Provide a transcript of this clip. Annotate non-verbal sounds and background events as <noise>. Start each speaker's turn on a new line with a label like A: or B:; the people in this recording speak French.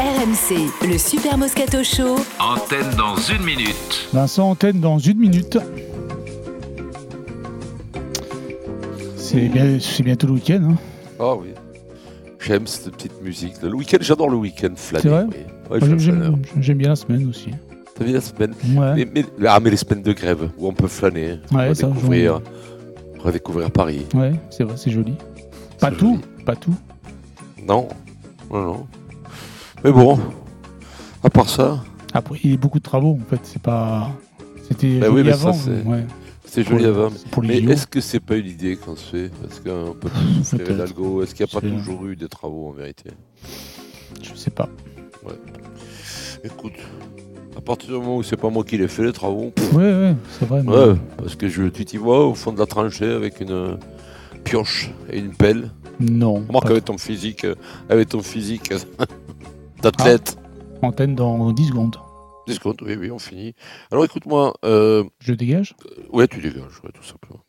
A: RMC, le Super Moscato Show.
B: Antenne dans une minute.
C: Vincent Antenne dans une minute. C'est bien- c'est bientôt le week-end. hein.
D: Ah oui. J'aime cette petite musique. Le week-end, j'adore le week-end flâner.
C: C'est vrai
D: oui.
C: Moi,
D: Ouais, j'aime
C: j'aime-
D: flâneur.
C: J'aime j'aime bien la semaine aussi.
D: T'as vu la semaine
C: Ouais.
D: mais, mais- ah, mais les semaines de grève, où on peut flâner,
C: Ouais, ça,
D: redécouvrir, redécouvrir Paris.
C: Ouais, c'est vrai, c'est joli. Pas
D: C'est
C: tout,
D: joli.
C: pas tout.
D: Non, non, non. Mais bon, à part ça,
C: Après, il y a beaucoup de travaux en fait. C'est pas. C'était
D: Bah oui,
C: joli
D: mais ça,
C: avant.
D: c'est-
C: ouais.
D: c'est joli
C: Pour-
D: avant.
C: Pour
D: Mais
C: les JO.
D: est-ce que c'est pas une idée qu'on se fait Parce qu'on peut tout souffler
C: Peut-être.
D: l'algo. Est-ce qu'il n'y a pas
C: C'est-
D: toujours eu des travaux en vérité
C: Je sais pas.
D: Écoute, à partir du moment où c'est pas moi qui les fait les travaux, pff,
C: Ouais, ouais, c'est vrai. mais-
D: Ouais, parce que je, tu t'y vois au fond de la tranchée avec une pioche et une pelle.
C: Non.
D: Remarque
C: pas
D: avec ton physique, euh, avec ton physique <laughs> euh, d'athlète.
C: trop. Antenne dans 10 secondes.
D: 10 secondes, oui, oui, on finit. Alors écoute-moi, euh,
C: Je dégage
D: ouais, tu dégages, ouais, tout simplement.